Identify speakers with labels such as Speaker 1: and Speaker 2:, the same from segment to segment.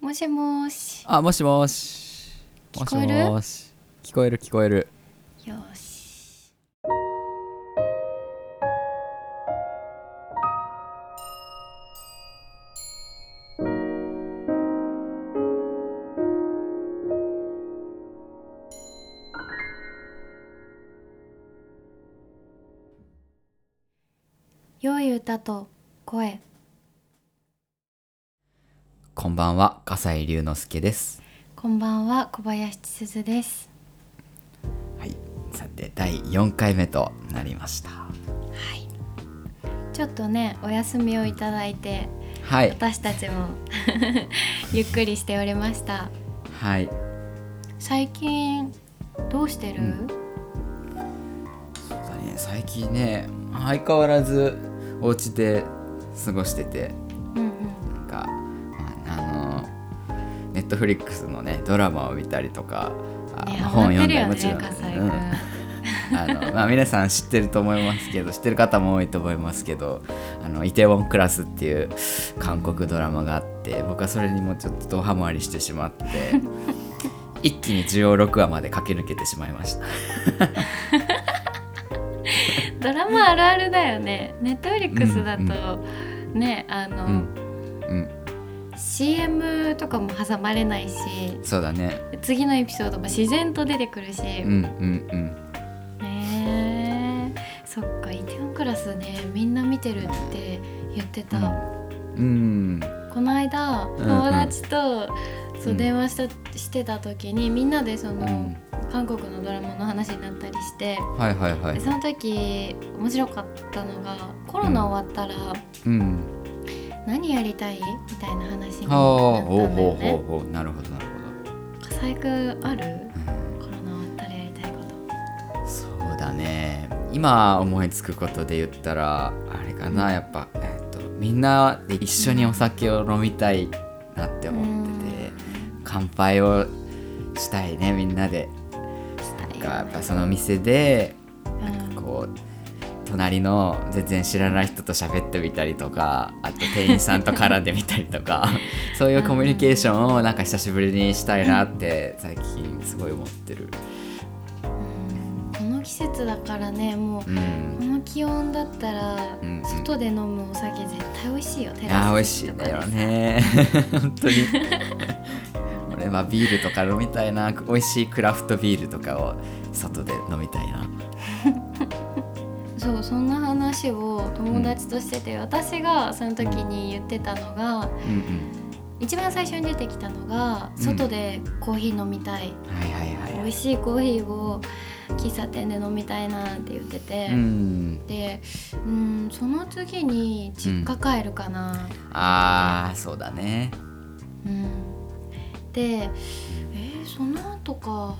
Speaker 1: もしもし。
Speaker 2: あもしもし
Speaker 1: 聞こえる
Speaker 2: もしもし聞こえる聞こえる
Speaker 1: よし。良い歌と声。
Speaker 2: こんばんは笠井龍之介です
Speaker 1: こんばんは、小林千鶴です。
Speaker 2: はいさて第4回目となりました
Speaker 1: はい。ちょっとね、お休みをいただいて、
Speaker 2: はい
Speaker 1: 私たちも ゆっくりしておりました
Speaker 2: はい
Speaker 1: 最近どうしてる、
Speaker 2: そうだね最近ね相変わらずお家で過ごしてて
Speaker 1: うん、うん
Speaker 2: なんか、まあ、あのネットフリックスのねドラマを見たりとかあ
Speaker 1: ね
Speaker 2: まあ
Speaker 1: ハマってるよ
Speaker 2: も
Speaker 1: ね
Speaker 2: ちろん
Speaker 1: 笠井
Speaker 2: うん
Speaker 1: 君
Speaker 2: あのまあ、皆さん知ってると思いますけど知ってる方も多いと思いますけど「あのイテウォンクラス」っていう韓国ドラマがあって僕はそれにもちょっとドハマりしてしまって 一気に16話まで駆け抜けてしまいました
Speaker 1: ドラマあるあるだよねネットフリックスだと、ねあの、
Speaker 2: うん、うん、
Speaker 1: CM とかも挟まれないし
Speaker 2: そうだね
Speaker 1: 次のエピソードも自然と出てくるし、
Speaker 2: うんうんうん
Speaker 1: ねえそっかイテオンクラスねみんな見てるって言ってた、
Speaker 2: うん
Speaker 1: この間
Speaker 2: んうん
Speaker 1: 友達と、そううん電話した、してた時にみんなでその、
Speaker 2: うん
Speaker 1: 韓国のドラマの話になったりして、
Speaker 2: はいはいは
Speaker 1: で
Speaker 2: い
Speaker 1: その時面白かったのがコロナ終わったら
Speaker 2: うん
Speaker 1: 何やりたいみたいな話に
Speaker 2: ああ
Speaker 1: なったんだ
Speaker 2: ほう
Speaker 1: よ
Speaker 2: ほうほ
Speaker 1: ね。
Speaker 2: うほうなるほどなるほど
Speaker 1: 笠井君ある
Speaker 2: うん
Speaker 1: コロナ終わったらやりたいこと。
Speaker 2: そうだね今思いつくことで言ったらあれかなやっぱ、えっとみんなで一緒にお酒を飲みたいなって思ってて、乾杯をしたいねみんなで
Speaker 1: したいよね
Speaker 2: がやっぱその店で
Speaker 1: うん
Speaker 2: こう隣の全然知らない人と喋ってみたりとかあと店員さんと絡んでみたり とかそういうコミュニケーションをなんか久しぶりにしたいなって最近すごい思ってる。
Speaker 1: うんこの季節だからねもう
Speaker 2: う
Speaker 1: こ
Speaker 2: ん、
Speaker 1: の気温だったら、
Speaker 2: うんうん
Speaker 1: 外で飲むお酒絶対美味しいよテ
Speaker 2: いやー美
Speaker 1: ラ
Speaker 2: 味
Speaker 1: ス
Speaker 2: しい
Speaker 1: 席
Speaker 2: ん
Speaker 1: とか
Speaker 2: だ
Speaker 1: でさ
Speaker 2: よね 本当に俺はビールとか飲みたいな美味しいクラフトビールとかを外で飲みたいな
Speaker 1: そうそんな話を友達としてて、私がその時に言ってたのが
Speaker 2: うん
Speaker 1: 一番最初に出てきたのが
Speaker 2: うん
Speaker 1: 外でコーヒー飲みたい、
Speaker 2: うんはいはいはいは
Speaker 1: 美味
Speaker 2: い
Speaker 1: しいコーヒーを喫茶店で飲みたいなって言ってて、
Speaker 2: うん
Speaker 1: でうんその次に実家帰るかな、
Speaker 2: あーそうだね
Speaker 1: うんでえーその後か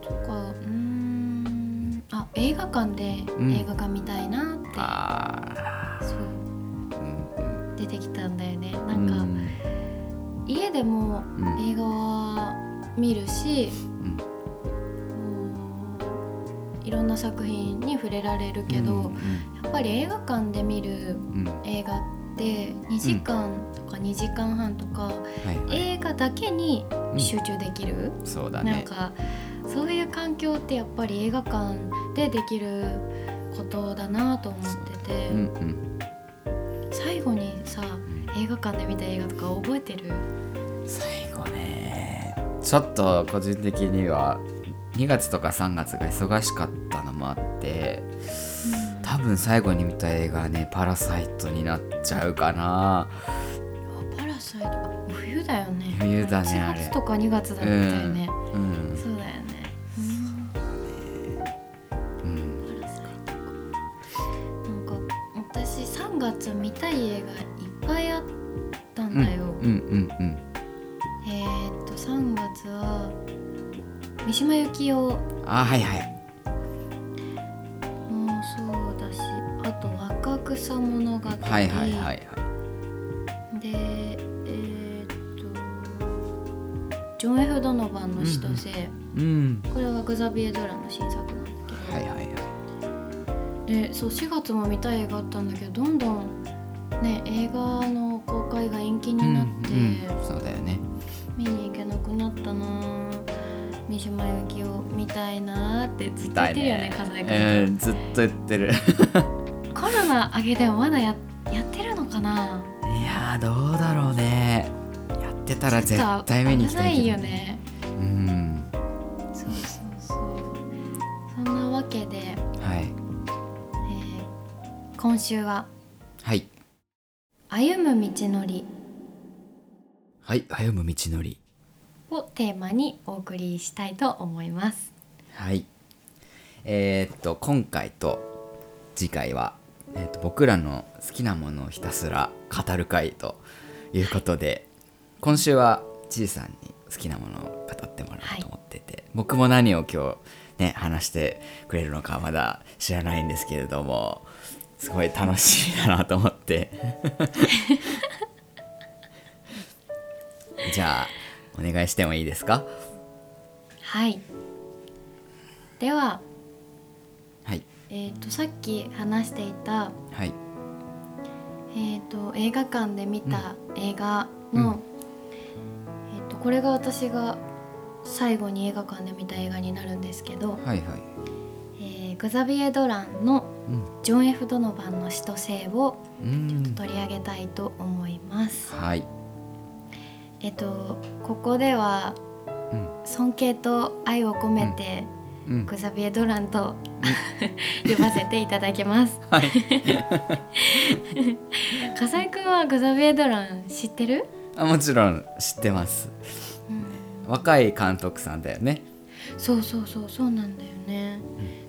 Speaker 1: とかうーんあ映画館で映画が見たいなって、
Speaker 2: あ
Speaker 1: そう
Speaker 2: ーうん
Speaker 1: 出てきたんだよねな
Speaker 2: うん
Speaker 1: か、
Speaker 2: うん
Speaker 1: 家でも
Speaker 2: うん
Speaker 1: 映画は見るし、
Speaker 2: ん
Speaker 1: こういろんな作品に触れられるけど、
Speaker 2: うん
Speaker 1: やっぱり映画館で見る
Speaker 2: うんうんは
Speaker 1: 映画って2時間とか2時間半とか、
Speaker 2: いはい
Speaker 1: 映画だけに集中できる、
Speaker 2: そうだ
Speaker 1: なん
Speaker 2: ね
Speaker 1: かそういう環境ってやっぱり映画館でできることだなと思ってて、
Speaker 2: うんうん
Speaker 1: 最後にさ映画館で見た映画とか覚えてる
Speaker 2: 最後ねちょっと個人的には2月とか3月が忙しかったのもあって多分最後に見た映画はね「パラサイト」になっちゃうか
Speaker 1: あ
Speaker 2: な
Speaker 1: パラサイトあ冬だよね
Speaker 2: 冬だねあ
Speaker 1: 1
Speaker 2: れ
Speaker 1: 月とか2月だったよね、
Speaker 2: うん、
Speaker 1: そうだよね
Speaker 2: うん、
Speaker 1: うんパラサイトかなんか私3月見たい映画いっぱいあったんだよ、
Speaker 2: うんうんうん
Speaker 1: えー、っと3月は三島由紀夫も
Speaker 2: あはいはい
Speaker 1: そうだしあと「若草物語」
Speaker 2: はいはいはいはい
Speaker 1: でえー、っとジョン・ F ・ドノバンの「死と生」
Speaker 2: うん
Speaker 1: これはグザビエ・ドゥラの新作なんだけど、
Speaker 2: はいはいはい
Speaker 1: でそう4月も見たい映画あったんだけどどんどんね映画の公開会が延期になって、
Speaker 2: うんうん、そうだよね
Speaker 1: 見に行けなくなったな三島由紀夫みたいなーってずっと言ってるよね
Speaker 2: 痛
Speaker 1: 和
Speaker 2: い
Speaker 1: 也
Speaker 2: う
Speaker 1: 君、
Speaker 2: ん、ずっと言ってるい
Speaker 1: コロナ上げでもまだややってるのかな
Speaker 2: やーどうだろうねやってたら
Speaker 1: ち
Speaker 2: 絶
Speaker 1: ょっと
Speaker 2: 対見に行きたいけど
Speaker 1: 危ないよね
Speaker 2: うん
Speaker 1: そうそうそうそんなわけで、え
Speaker 2: はい
Speaker 1: ー今週は
Speaker 2: はい
Speaker 1: 「歩む道のり
Speaker 2: はい歩む道のり」
Speaker 1: をテーマにお送りしたいと思います
Speaker 2: はいえーっと今回と次回は、えーっと僕らの好きなものをひたすら語る回ということで、今週はちいさんに好きなものを語ってもらおうと思ってて、僕も何を今日ね話してくれるのかまだ知らないんですけれどもすごい楽しみだなと思ってじゃあお願いしてもいいですか
Speaker 1: はいでは、
Speaker 2: はい
Speaker 1: えー、とさっき話していた、
Speaker 2: はい
Speaker 1: えー、と映画館で見た映画の、えー、とこれが私が最後に映画館で見た映画になるんですけど、
Speaker 2: はいはい
Speaker 1: えーグザビエ・ドランの
Speaker 2: うん
Speaker 1: ジョン・ F ・ドノバンの使徒性を
Speaker 2: うん
Speaker 1: 取り上げたいと思います。
Speaker 2: はい、
Speaker 1: えっとここでは
Speaker 2: うん
Speaker 1: 尊敬と愛を込めて、
Speaker 2: うん、
Speaker 1: グザビエ・ドランと、呼ばせていただきます。
Speaker 2: はい
Speaker 1: 笠井くんはグザビエ・ドラン知ってる？
Speaker 2: あもちろん知ってます
Speaker 1: うん、
Speaker 2: 若い監督さんだよね
Speaker 1: そうそうそうそうなんだよね。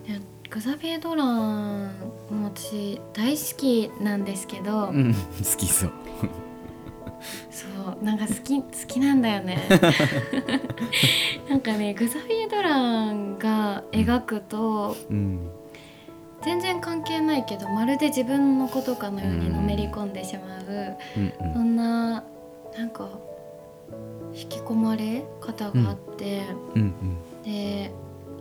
Speaker 1: でグザビエ・ドランも私大好きなんですけど、
Speaker 2: うん好きそう
Speaker 1: そうなんか好き好きなんだよ ねなんかねグザビエ・ドランが描くと
Speaker 2: うん
Speaker 1: 全然関係ないけどまるで自分のことかのようにのめり込んでしまう、
Speaker 2: うんう
Speaker 1: そ
Speaker 2: ん
Speaker 1: んななんか引き込まれ方があって、
Speaker 2: うん
Speaker 1: で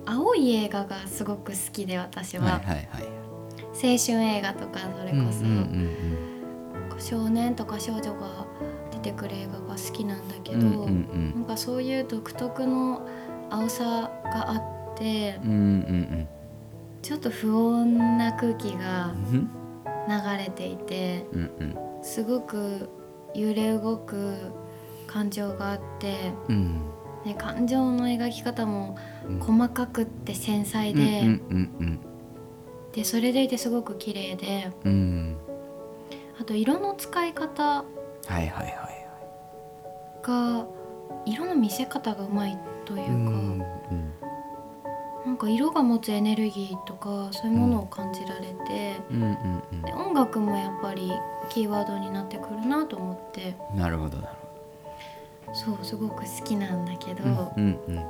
Speaker 1: 青い映画がすごく好きで私
Speaker 2: うん
Speaker 1: は、
Speaker 2: はいはいはい
Speaker 1: 青春映画とかそれ
Speaker 2: うんうん
Speaker 1: こそ、
Speaker 2: うん
Speaker 1: 少年とか少女が出てくる映画が好きなんだけ
Speaker 2: う
Speaker 1: ど。
Speaker 2: んうんう
Speaker 1: なんんかそういう独特の青さがあって
Speaker 2: うんうんうん
Speaker 1: ちょっと不穏な空気が
Speaker 2: うん
Speaker 1: 流れていて
Speaker 2: うんうん
Speaker 1: すごく揺れ動く感情があって、
Speaker 2: うん
Speaker 1: ね、感情の描き方も
Speaker 2: うん
Speaker 1: 細かくって繊細
Speaker 2: うん
Speaker 1: で,、
Speaker 2: うん
Speaker 1: でそれでいてすごく綺麗で
Speaker 2: うんうん
Speaker 1: あと色の使い方
Speaker 2: はいはいはい
Speaker 1: が色の見せ方がうまいという
Speaker 2: う
Speaker 1: か、
Speaker 2: んうん
Speaker 1: なんか色が持つエネルギーとかそういうものを感じられて。
Speaker 2: うんうんう
Speaker 1: で音楽もやっぱりキーワードになってくるなと思って
Speaker 2: んなるほどなるほ
Speaker 1: そうすごく好きなんだけど、
Speaker 2: どうんうんうん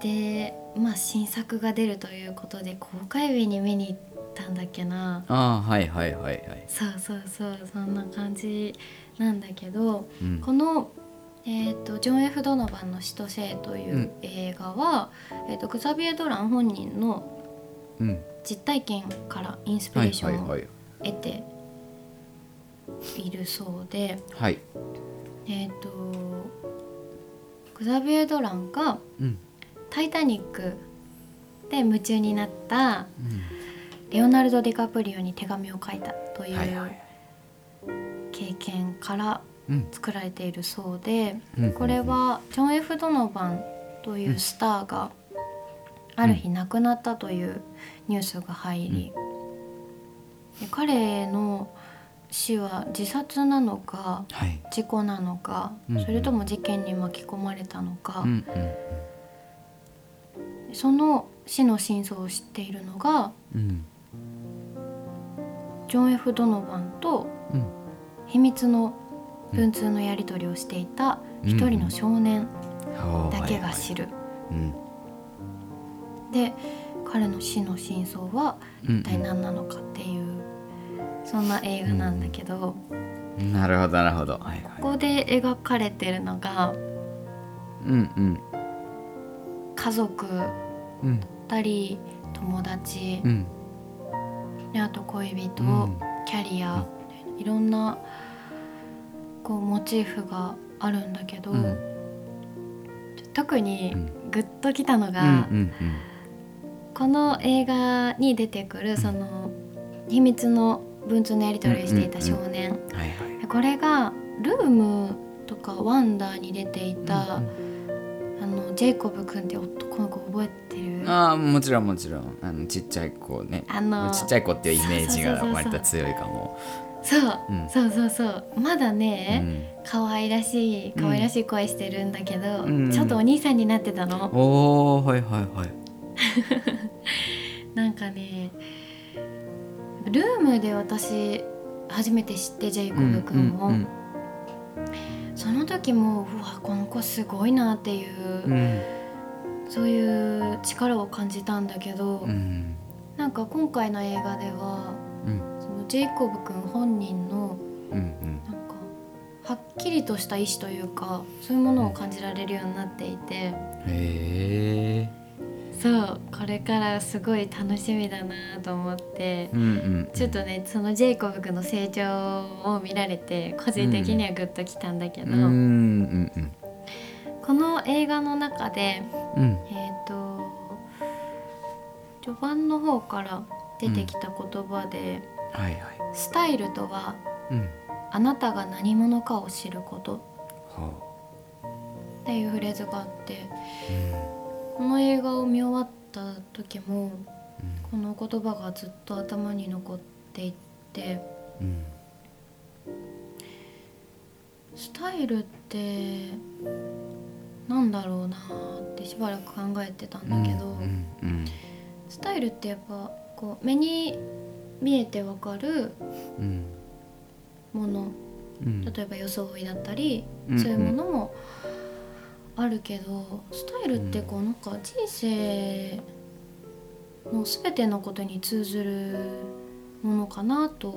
Speaker 1: でまあ新作が出るということで公開日に見に行ったんだっけな
Speaker 2: ああはいはいはいはい
Speaker 1: そうそうそうそんな感じなんだけど
Speaker 2: うん
Speaker 1: この、えー、とジョン・ F ・ドノバンの「使徒性」とい
Speaker 2: うん
Speaker 1: う映画は、えー、とグザビエ・ドラン本人の
Speaker 2: うん
Speaker 1: 実体験からインスピ
Speaker 2: は
Speaker 1: レ
Speaker 2: い
Speaker 1: ーシ
Speaker 2: はい
Speaker 1: ョン
Speaker 2: は
Speaker 1: を
Speaker 2: い
Speaker 1: 得ているそうで。
Speaker 2: はい
Speaker 1: えっ、とグザビエ・ドランが
Speaker 2: うん
Speaker 1: 「タイタニック」で夢中になった
Speaker 2: うん
Speaker 1: レオナルド・ディカプリオに手紙を書いたとい
Speaker 2: はいはいう
Speaker 1: 経験から
Speaker 2: うん
Speaker 1: 作られているそうで、
Speaker 2: うん
Speaker 1: これはジョン・ F ・ドノバンというスターがある日亡くなったというニュースが入り、で彼の死は自殺なのか
Speaker 2: はい
Speaker 1: 事故なのか、
Speaker 2: うん
Speaker 1: それとも事件に巻き込まれたのか、
Speaker 2: うんうん
Speaker 1: その死の真相を知っているのが
Speaker 2: うん
Speaker 1: ジョン・ F ・ドノバンと
Speaker 2: うん
Speaker 1: 秘密の文通のやり取りをしていた一人の少年だけが知
Speaker 2: る。
Speaker 1: る。
Speaker 2: うん
Speaker 1: で彼の死の真相は
Speaker 2: うん
Speaker 1: 一体何なのかっていうそんな映画なんだけど、
Speaker 2: うんなるほどなるほど。はい
Speaker 1: こ
Speaker 2: は
Speaker 1: こで描かれてるのが
Speaker 2: い。うんうん
Speaker 1: 家族
Speaker 2: うん
Speaker 1: 二人友達、
Speaker 2: うん
Speaker 1: であと恋人、
Speaker 2: うん
Speaker 1: キャリアいろんなこうモチーフがあるんだけど、
Speaker 2: うん
Speaker 1: 特に
Speaker 2: うん
Speaker 1: グッときたの
Speaker 2: う
Speaker 1: が、
Speaker 2: んうんうん
Speaker 1: この映画に出てくるその秘密の文通のやり取りをしていた少年、
Speaker 2: はいはい
Speaker 1: これがルームとかワンダーに出ていた、あのジェイコブ君って男の子覚えてるあ
Speaker 2: ああもちろんもちろんあのちっちゃい子ね
Speaker 1: の
Speaker 2: ちっちゃい子っていうイメージが
Speaker 1: そうそうそうそう
Speaker 2: 割と強いかも
Speaker 1: そう、
Speaker 2: うん
Speaker 1: そうそうそうまだ
Speaker 2: う
Speaker 1: ね、
Speaker 2: ん
Speaker 1: 可愛らしい可愛らしい声してるんだけど、
Speaker 2: うん
Speaker 1: ちょっとお兄さんになってたの、
Speaker 2: おおはいはいはい
Speaker 1: なんかねルームで私初めて知ってジェイコブ君を、
Speaker 2: うん
Speaker 1: その時もうわこの子すごいなっていう、
Speaker 2: うんうん
Speaker 1: そういう力を感じたんだけど、
Speaker 2: うん
Speaker 1: なんか今回の映画では
Speaker 2: うん
Speaker 1: そのジェイコブ君本人の
Speaker 2: うん
Speaker 1: なんかはっきりとした意志というかそういうものを感じられるようになっていて、
Speaker 2: うんへえ
Speaker 1: そうこれからすごい楽しみだなと思って、
Speaker 2: うんうん
Speaker 1: ちょっとねそのジェイコブ君の成長を見られて個人的にはグッときたんだけ
Speaker 2: うん
Speaker 1: ど、
Speaker 2: うんうん
Speaker 1: この映画の中で
Speaker 2: うん
Speaker 1: えっ、と序盤の方から出てきた言葉で、
Speaker 2: はいはい
Speaker 1: スタイルとは
Speaker 2: うん
Speaker 1: あなたが何者かを知ること
Speaker 2: は
Speaker 1: っていうフレーズがあって
Speaker 2: あうん
Speaker 1: この映画を見終わった時もこの言葉がずっと頭に残っていって
Speaker 2: うん
Speaker 1: スタイルってなんだろうなってしばらく考えてたん
Speaker 2: うん
Speaker 1: だけど、
Speaker 2: うんうん
Speaker 1: スタイルってやっぱこう目に見えてわかる
Speaker 2: うん
Speaker 1: もの
Speaker 2: うん
Speaker 1: 例えば装いだったり、
Speaker 2: うん
Speaker 1: そういうものもあるけどスタイルってこうなんか人生の全てのことに通ずるものかなと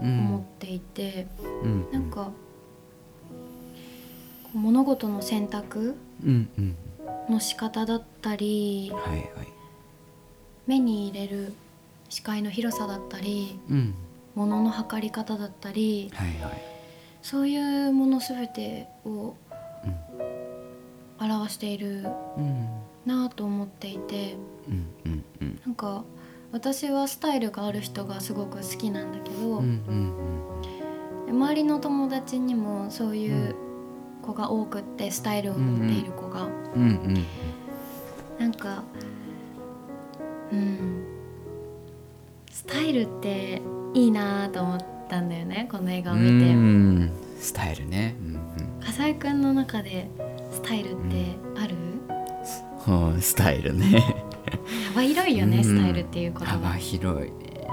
Speaker 1: 思っていて、
Speaker 2: うん
Speaker 1: なんかこう物事の選択
Speaker 2: うんうん
Speaker 1: の仕方だったり
Speaker 2: はいはい
Speaker 1: 目に入れる視界の広さだったり
Speaker 2: うん
Speaker 1: 物の測り方だったり
Speaker 2: はいはい
Speaker 1: そういうもの全てを
Speaker 2: うん
Speaker 1: 表している
Speaker 2: うん
Speaker 1: なぁと思っていて
Speaker 2: うんうんうん
Speaker 1: なんか私はスタイルがある人がすごく好きなんだけど、
Speaker 2: うんうん
Speaker 1: 周りの友達にもそういう子が多くってスタイルを持っている子が、
Speaker 2: うんうんうん
Speaker 1: なんかうんスタイルっていいなぁと思ったんだよねこの映画を見て。
Speaker 2: うんスタイルねうんうん
Speaker 1: 笠井くんの中でスタイルってある、
Speaker 2: はあスタイルね
Speaker 1: 幅広いよね、
Speaker 2: うん
Speaker 1: スタイルっていう言葉
Speaker 2: 幅広いね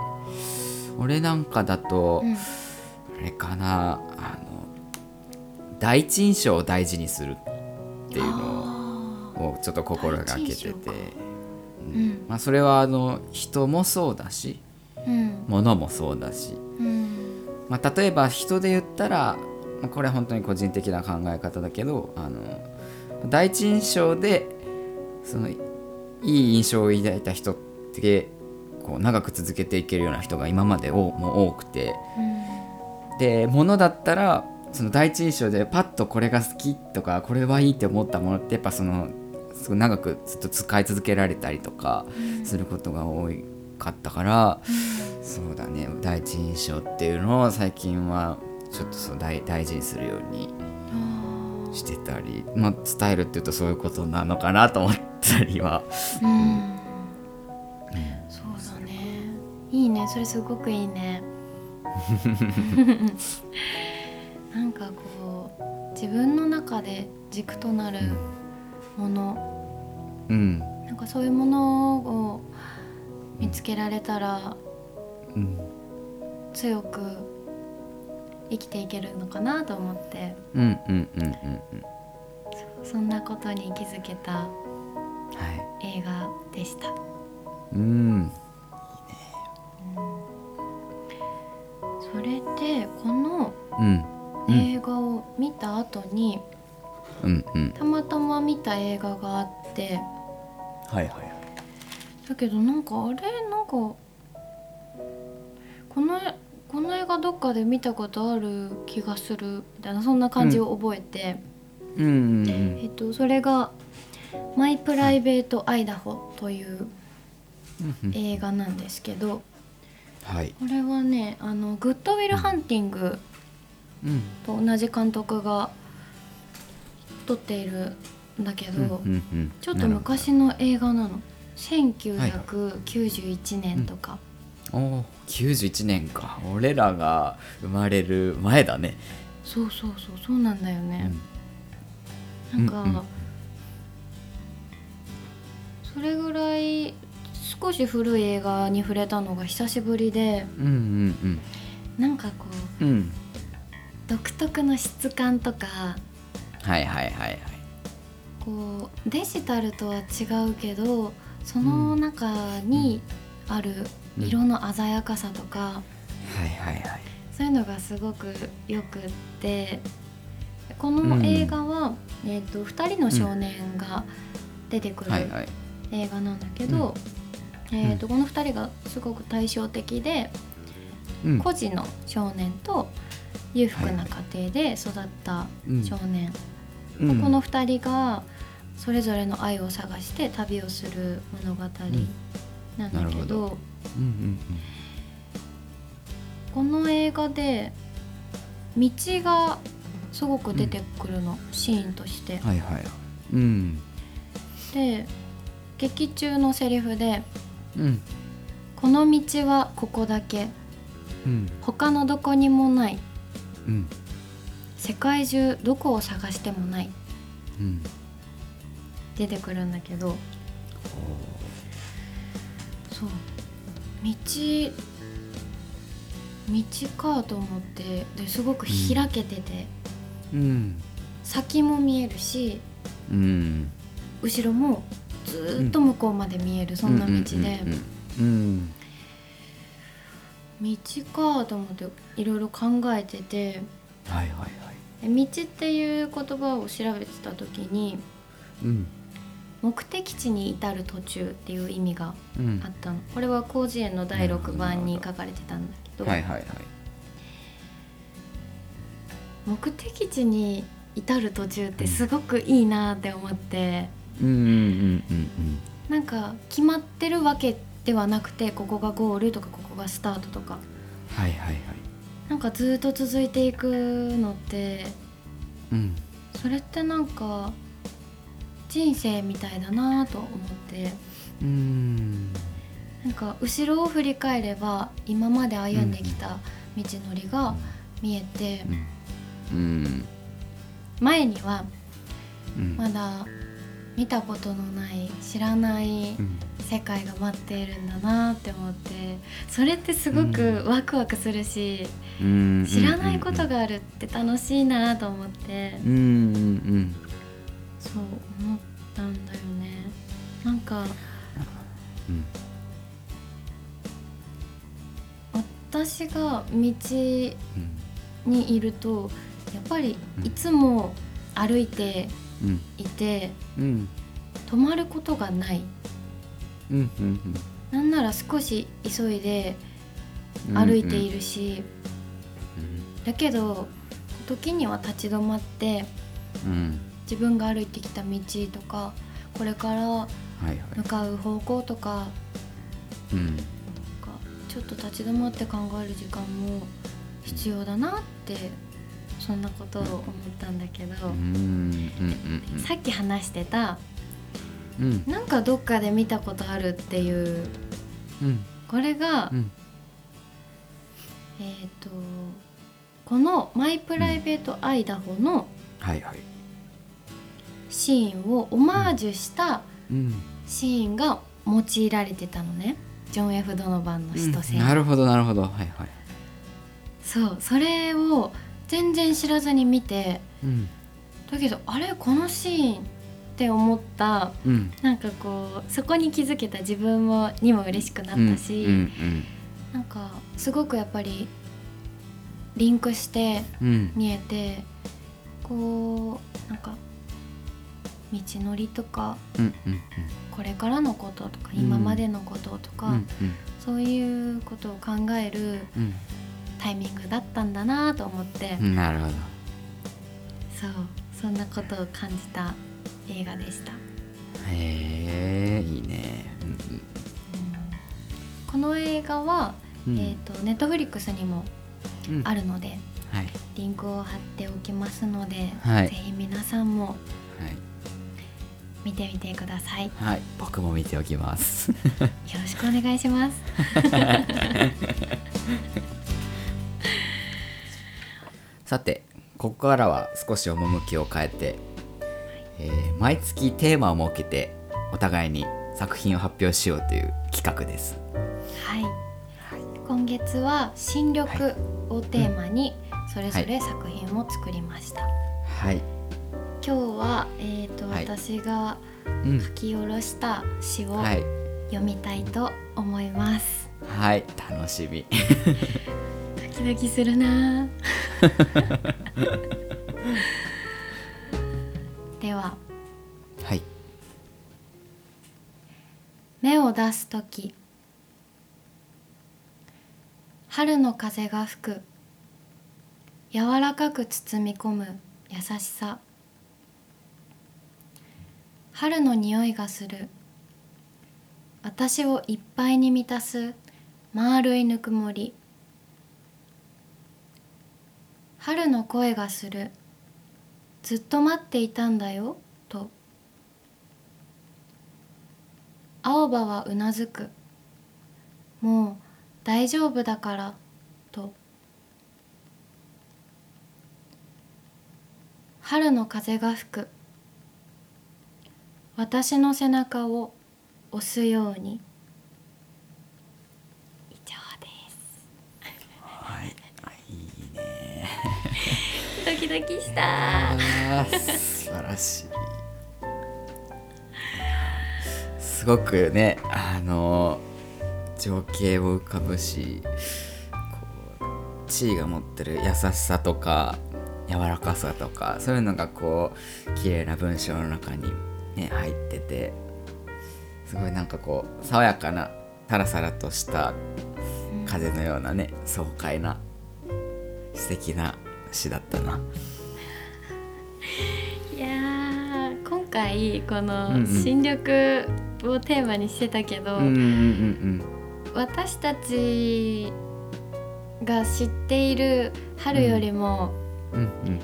Speaker 2: 俺なんかだと、
Speaker 1: うん、
Speaker 2: あれかなあの第一印象を大事にするっていうの
Speaker 1: あ
Speaker 2: をちょっと心がけて
Speaker 1: 第一
Speaker 2: て
Speaker 1: 印象か、
Speaker 2: うん
Speaker 1: うん
Speaker 2: まあ、それはあの人もそうだし
Speaker 1: ーうん
Speaker 2: 物もそうだし、
Speaker 1: うん
Speaker 2: まあ、例えば人で言ったらまあこれは本当に個人的な考え方だけどあの第一印象でそのいい印象を抱いた人ってこう長く続けていけるような人が今までをもう多くてで物だったらその第一印象でパッとこれが好きとかこれはいいって思ったものってやっぱそのすごい長くずっと使い続けられたりとかすることが多かったから、そうだね第一印象っていうのを最近はちょっとそう大大事にするように
Speaker 1: あ
Speaker 2: してたり、まあ、スタイルっていうとそういうことなのかなと思ったりは。
Speaker 1: ーうんそうだねいいねそれすごくいいねなんかこう自分の中で軸となるもの、
Speaker 2: うん
Speaker 1: なんかそういうものを見つけられたら
Speaker 2: うん
Speaker 1: 強く生きていけるのかなと思って
Speaker 2: うんうんうんうんうん
Speaker 1: そんなことに気づけた
Speaker 2: はい
Speaker 1: 映画でした
Speaker 2: うん
Speaker 1: それでこの
Speaker 2: うんうん
Speaker 1: 映画を見た後に、
Speaker 2: うんうん
Speaker 1: たまたま見た映画があって
Speaker 2: はいはい
Speaker 1: だけどなんかあれなんかこのこの映画どっかで見たことある気がするみたいなそんな感じを覚えて、
Speaker 2: うんうんう
Speaker 1: え
Speaker 2: ん
Speaker 1: っと、それが「マイ・プライベート・アイダホ」という
Speaker 2: うん
Speaker 1: 映画なんですけど
Speaker 2: はい
Speaker 1: これはねあのグッドウィル・ハンティング
Speaker 2: うん
Speaker 1: と同じ監督が撮っているんだけど、
Speaker 2: うんうんうん
Speaker 1: ちょっと
Speaker 2: なるほど
Speaker 1: 昔の映画なの1991年とか、
Speaker 2: おお91年か俺らが生まれる前だね、
Speaker 1: そうそうそうそうなんだよ
Speaker 2: う
Speaker 1: ね、なん
Speaker 2: ん
Speaker 1: か、
Speaker 2: うんうん
Speaker 1: それぐらい少し古い映画に触れたのが久しぶりで
Speaker 2: うん
Speaker 1: なんかこう
Speaker 2: うんうんうん
Speaker 1: 独特の質感とか
Speaker 2: はいはいはいはい
Speaker 1: こうデジタルとは違うけどその中にある
Speaker 2: うん
Speaker 1: 色の鮮やかさとか、
Speaker 2: はいはいはい
Speaker 1: そういうのがすごくよくってこの映画は、えー、と2人の少年が出てくる
Speaker 2: はいはい
Speaker 1: 映画なんだけど、えー、とこの2人がすごく対照的で、
Speaker 2: うん
Speaker 1: 孤児の少年と裕福な家庭で育った少年、この2人がそれぞれの愛を探して旅をする物語なんだ
Speaker 2: なる
Speaker 1: け
Speaker 2: ほ
Speaker 1: ど,、
Speaker 2: どうんうん
Speaker 1: この映画で道がすごく出てくるの、シーンとして
Speaker 2: うん。はいはいはいうん
Speaker 1: で劇中のセリフで
Speaker 2: うん
Speaker 1: 「この道はここだけ
Speaker 2: うん
Speaker 1: 他のどこにもない
Speaker 2: うん
Speaker 1: 世界中どこを探してもない」
Speaker 2: うん
Speaker 1: 出てくるんだけどそう道道かと思ってですごく開けてて、
Speaker 2: うん
Speaker 1: 先も見えるし
Speaker 2: うん
Speaker 1: 後ろもずーっと向こうまで見える、そんな道で、
Speaker 2: うんうん
Speaker 1: 道かと思っていろいろ考えてて
Speaker 2: はいはいはい
Speaker 1: で道っていう言葉を調べてた時に
Speaker 2: うん
Speaker 1: 目的地に至る途中っていう意味が
Speaker 2: うん
Speaker 1: あったのこれは「広辞苑」の第6番に
Speaker 2: なるほ
Speaker 1: 書
Speaker 2: ど
Speaker 1: かれてたんだけど
Speaker 2: はいはいはい
Speaker 1: 目的地に至る途中ってすごくいいなって思って、
Speaker 2: うんうんうんうん
Speaker 1: なんか決まってるわけではなくてここがゴールとかここがスタートとか
Speaker 2: はいはいはい
Speaker 1: なんかずっと続いていくのって
Speaker 2: うん
Speaker 1: それってなんか人生みたいだなと思って
Speaker 2: うん
Speaker 1: なんか後ろを振り返れば今まで歩んできた道のりが見えて、
Speaker 2: うん
Speaker 1: 前には
Speaker 2: うん
Speaker 1: まだ見たことのない知らない
Speaker 2: うん
Speaker 1: 世界が待っているんだなって思ってそれってすごくワクワクするし、
Speaker 2: うん
Speaker 1: 知らないことがあるって楽しいなと思って、
Speaker 2: うんうんうん
Speaker 1: そう思ったんだよねなんか
Speaker 2: うん
Speaker 1: 私が道にいるとやっぱり
Speaker 2: うん
Speaker 1: いつも歩いて
Speaker 2: うん
Speaker 1: いて
Speaker 2: うん
Speaker 1: 止まることがない
Speaker 2: うんうん
Speaker 1: なんなら少し急いで
Speaker 2: うん
Speaker 1: 歩いているし、だけど時には立ち止まって
Speaker 2: うん
Speaker 1: 自分が歩いてきた道とかこれから
Speaker 2: はいは
Speaker 1: 向かう方向とか
Speaker 2: いうん
Speaker 1: なんかちょっと立ち止まって考える時間も必要だなってそんなことを思ったんだけど、
Speaker 2: うんうん
Speaker 1: さっき話してた
Speaker 2: うんうん
Speaker 1: なんかどっかで見たことあるっていう
Speaker 2: うん
Speaker 1: これが、
Speaker 2: うん
Speaker 1: えっ、とこの「マイ・プライベート・アイダホ」の
Speaker 2: はいはい
Speaker 1: シーンをオマージュした
Speaker 2: うん
Speaker 1: シーンが用いられてたのねジョン・ F ・ドノバンの使徒
Speaker 2: うん
Speaker 1: 戦、
Speaker 2: なるほどなるほどはいはい
Speaker 1: そうそれを全然知らずに見て
Speaker 2: うん
Speaker 1: だけどあれこのシーンって思った
Speaker 2: うん
Speaker 1: なんかこうそこに気づけた自分もにも嬉しくなったし、
Speaker 2: うん
Speaker 1: なんかすごくやっぱりリンクして
Speaker 2: うんうん
Speaker 1: 見えてこうなんか道のりとか
Speaker 2: うんうん
Speaker 1: これからのこととか
Speaker 2: うん
Speaker 1: 今までのことと
Speaker 2: う
Speaker 1: か、
Speaker 2: んうん
Speaker 1: そういうことを考える
Speaker 2: うん
Speaker 1: タイミングだったんだなと思って、
Speaker 2: なるほど
Speaker 1: そうそんなことを感じた映画でした、
Speaker 2: へえいいね
Speaker 1: この映画は、
Speaker 2: うんうん
Speaker 1: えっ、とネットフリックスにも
Speaker 2: うん
Speaker 1: あるので、
Speaker 2: はい
Speaker 1: リンクを貼っておきますので、
Speaker 2: はい
Speaker 1: ぜひ皆さんも
Speaker 2: はい
Speaker 1: 見てみてくださいよ
Speaker 2: はい僕も見ておきます
Speaker 1: ろしくお願いします
Speaker 2: さてここからは少し趣を変えて、えー毎月テーマを設けてお互いに作品を発表しようという企画です
Speaker 1: はい、今月は「新緑
Speaker 2: は」
Speaker 1: をテーマにそれぞれ作品を作りました、
Speaker 2: はい、
Speaker 1: 今日は、えーと
Speaker 2: はい
Speaker 1: 私が
Speaker 2: うん
Speaker 1: 書き下ろした詩を
Speaker 2: はい
Speaker 1: 読みたいと思います、
Speaker 2: はい楽し み
Speaker 1: ドキドキする なぁでは
Speaker 2: はい
Speaker 1: 芽を出す時春の風が吹く柔らかく包み込む優しさ春の匂いがする私をいっぱいに満たす丸いぬくもり春の声がするずっと待っていたんだよと青葉はうなずく「もう大丈夫だから」と春の風が吹く私の背中を押すように以上です
Speaker 2: いいね
Speaker 1: ドキドキした
Speaker 2: あー素晴らしいすごくねあの情景を浮かぶしこう地位が持ってる優しさとか柔らかさとかそういうのがこう綺麗な文章の中に、ね、入っててすごいなんかこう爽やかなタラサラとした風のようなね爽快な素敵な詩だったな。
Speaker 1: いやー今回こ
Speaker 2: うんう
Speaker 1: の
Speaker 2: ん
Speaker 1: 新緑をテーマにしてたけど、
Speaker 2: うんうんうん
Speaker 1: 私たちが知っている春よりも
Speaker 2: うんうん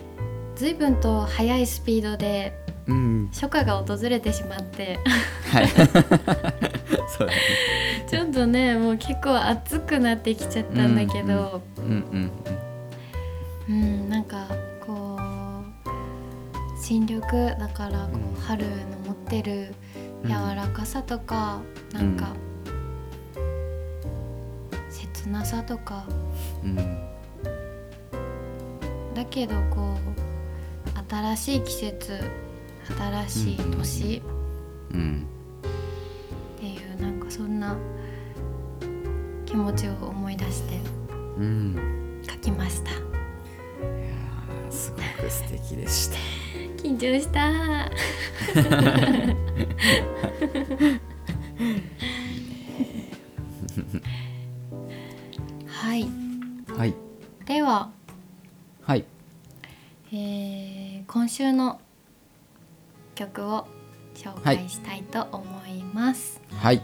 Speaker 1: 随分と速いスピードで
Speaker 2: うんうん
Speaker 1: 初夏が訪れてしまって
Speaker 2: はいそうだね
Speaker 1: ちょっとねもう結構暑くなってきちゃったんだけど、
Speaker 2: うんうん
Speaker 1: うんなんかこう新緑だからこう
Speaker 2: う
Speaker 1: ん春の持ってる
Speaker 2: うん
Speaker 1: 柔らかさとか、なんか切なさとか
Speaker 2: うん
Speaker 1: だけどこう新しい季節新しい年
Speaker 2: うんうん
Speaker 1: っていうなんかそんな気持ちを思い出して
Speaker 2: うん
Speaker 1: 書きました
Speaker 2: いやーすごく素敵でした
Speaker 1: 緊張したはい
Speaker 2: はい
Speaker 1: では、
Speaker 2: はい
Speaker 1: えー今週の曲を紹介したいと思います、
Speaker 2: はい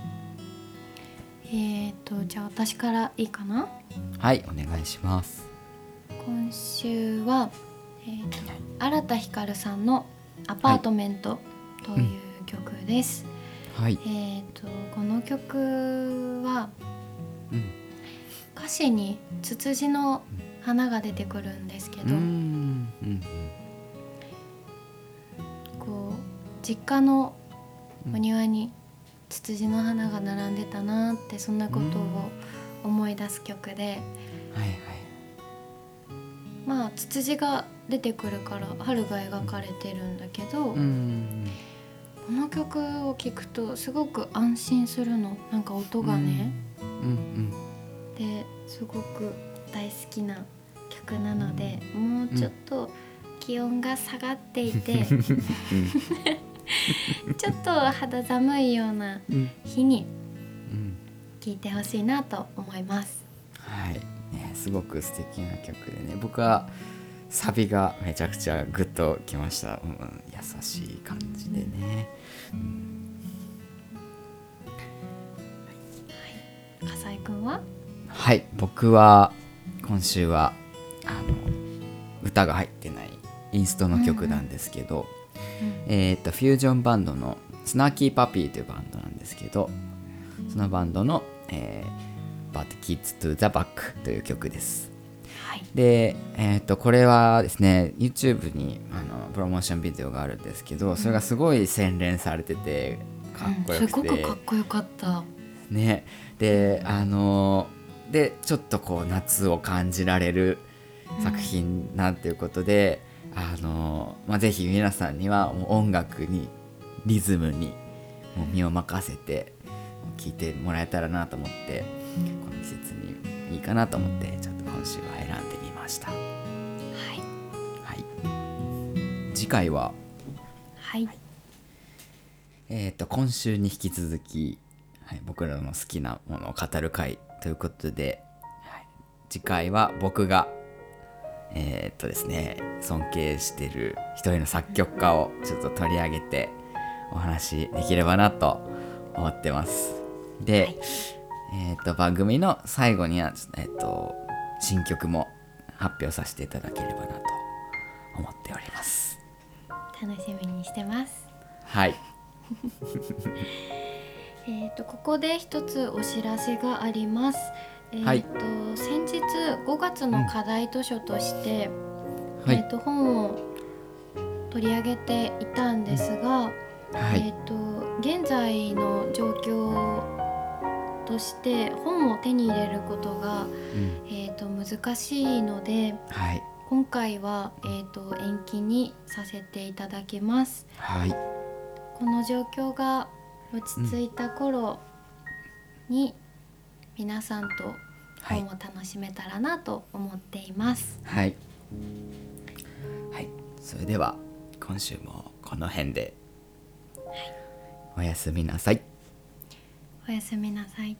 Speaker 1: えっ、とじゃあ私からいいかな
Speaker 2: はいお願いします
Speaker 1: 今週は、えーと新田ひかるさんの「アパートメント」という曲です。
Speaker 2: はい
Speaker 1: えっ、とこの曲は
Speaker 2: うん
Speaker 1: 歌詞にツツジの花が出てくるんですけ
Speaker 2: う
Speaker 1: ど、
Speaker 2: んうん
Speaker 1: こう実家の
Speaker 2: うん
Speaker 1: お庭にツツジの花が並んでたなってそんなことを思い出す曲で、
Speaker 2: はい
Speaker 1: まあツツジが出てくるから春が描かれてるんだけど。
Speaker 2: はいうん
Speaker 1: この曲を聴くとすごく安心するのなんか音がね、
Speaker 2: うん
Speaker 1: ですごく大好きな曲なのでもうちょっと気温が下がってい て、ちょっと肌寒いような
Speaker 2: うんうん
Speaker 1: 日に
Speaker 2: うん
Speaker 1: 聴いてほしいなと思います
Speaker 2: はいねすごく素敵な曲でね僕はサビがめちゃくちゃグッときました、うん、優しい感じでね、
Speaker 1: 浅井くんは
Speaker 2: はい僕は今週はあの歌が入ってないインストの曲なんですけど、えーっとフュージョンバンドのスナーキーパピーというバンドなんですけどそのバンドの「えー、But Kids to the Back」という曲です
Speaker 1: はい
Speaker 2: で、えー、とこれはですね YouTube にあのプロモーションビデオがあるんですけどそれがすごい洗練されててかっこよ
Speaker 1: うん
Speaker 2: くて、
Speaker 1: すごくかっこよかった
Speaker 2: ねであのでちょっとこう夏を感じられる作品なんていうことで、あのまあ、ぜひ皆さんにはもう音楽にリズムにもう身を任せて聴いてもらえたらなと思ってこの季節にいいかなと思ってちょっと今週は選んでみました、は
Speaker 1: はい
Speaker 2: い、次回は
Speaker 1: はい
Speaker 2: えー、と今週に引き続き、はい、僕らの好きなものを語る回ということで、はい次回は僕がえー、っとですね尊敬してる一人の作曲家をちょっと取り上げてお話しできればなと思ってますで、えー、っと番組の最後にはちょっと,、えーっと新曲も発表させていただければなと思っております
Speaker 1: 楽しみにしてます
Speaker 2: はい
Speaker 1: えー、とここで一つお知らせがあります。えー
Speaker 2: はい
Speaker 1: と先日5月の課題図書として、
Speaker 2: は
Speaker 1: えー、
Speaker 2: い
Speaker 1: と本を取り上げていたんですが、
Speaker 2: は
Speaker 1: え
Speaker 2: い
Speaker 1: ー、と現在の状況として本を手に入れることが、
Speaker 2: うん
Speaker 1: えー、と難しいので
Speaker 2: はい
Speaker 1: 今回は、えー、と延期にさせていただきます。
Speaker 2: はい
Speaker 1: この状況が落ち着いた頃に皆さんと
Speaker 2: はい
Speaker 1: 本を楽しめたらなと思っています。
Speaker 2: はい。はい。それでは今週もこの辺で。おやすみなさい。
Speaker 1: おやすみなさい。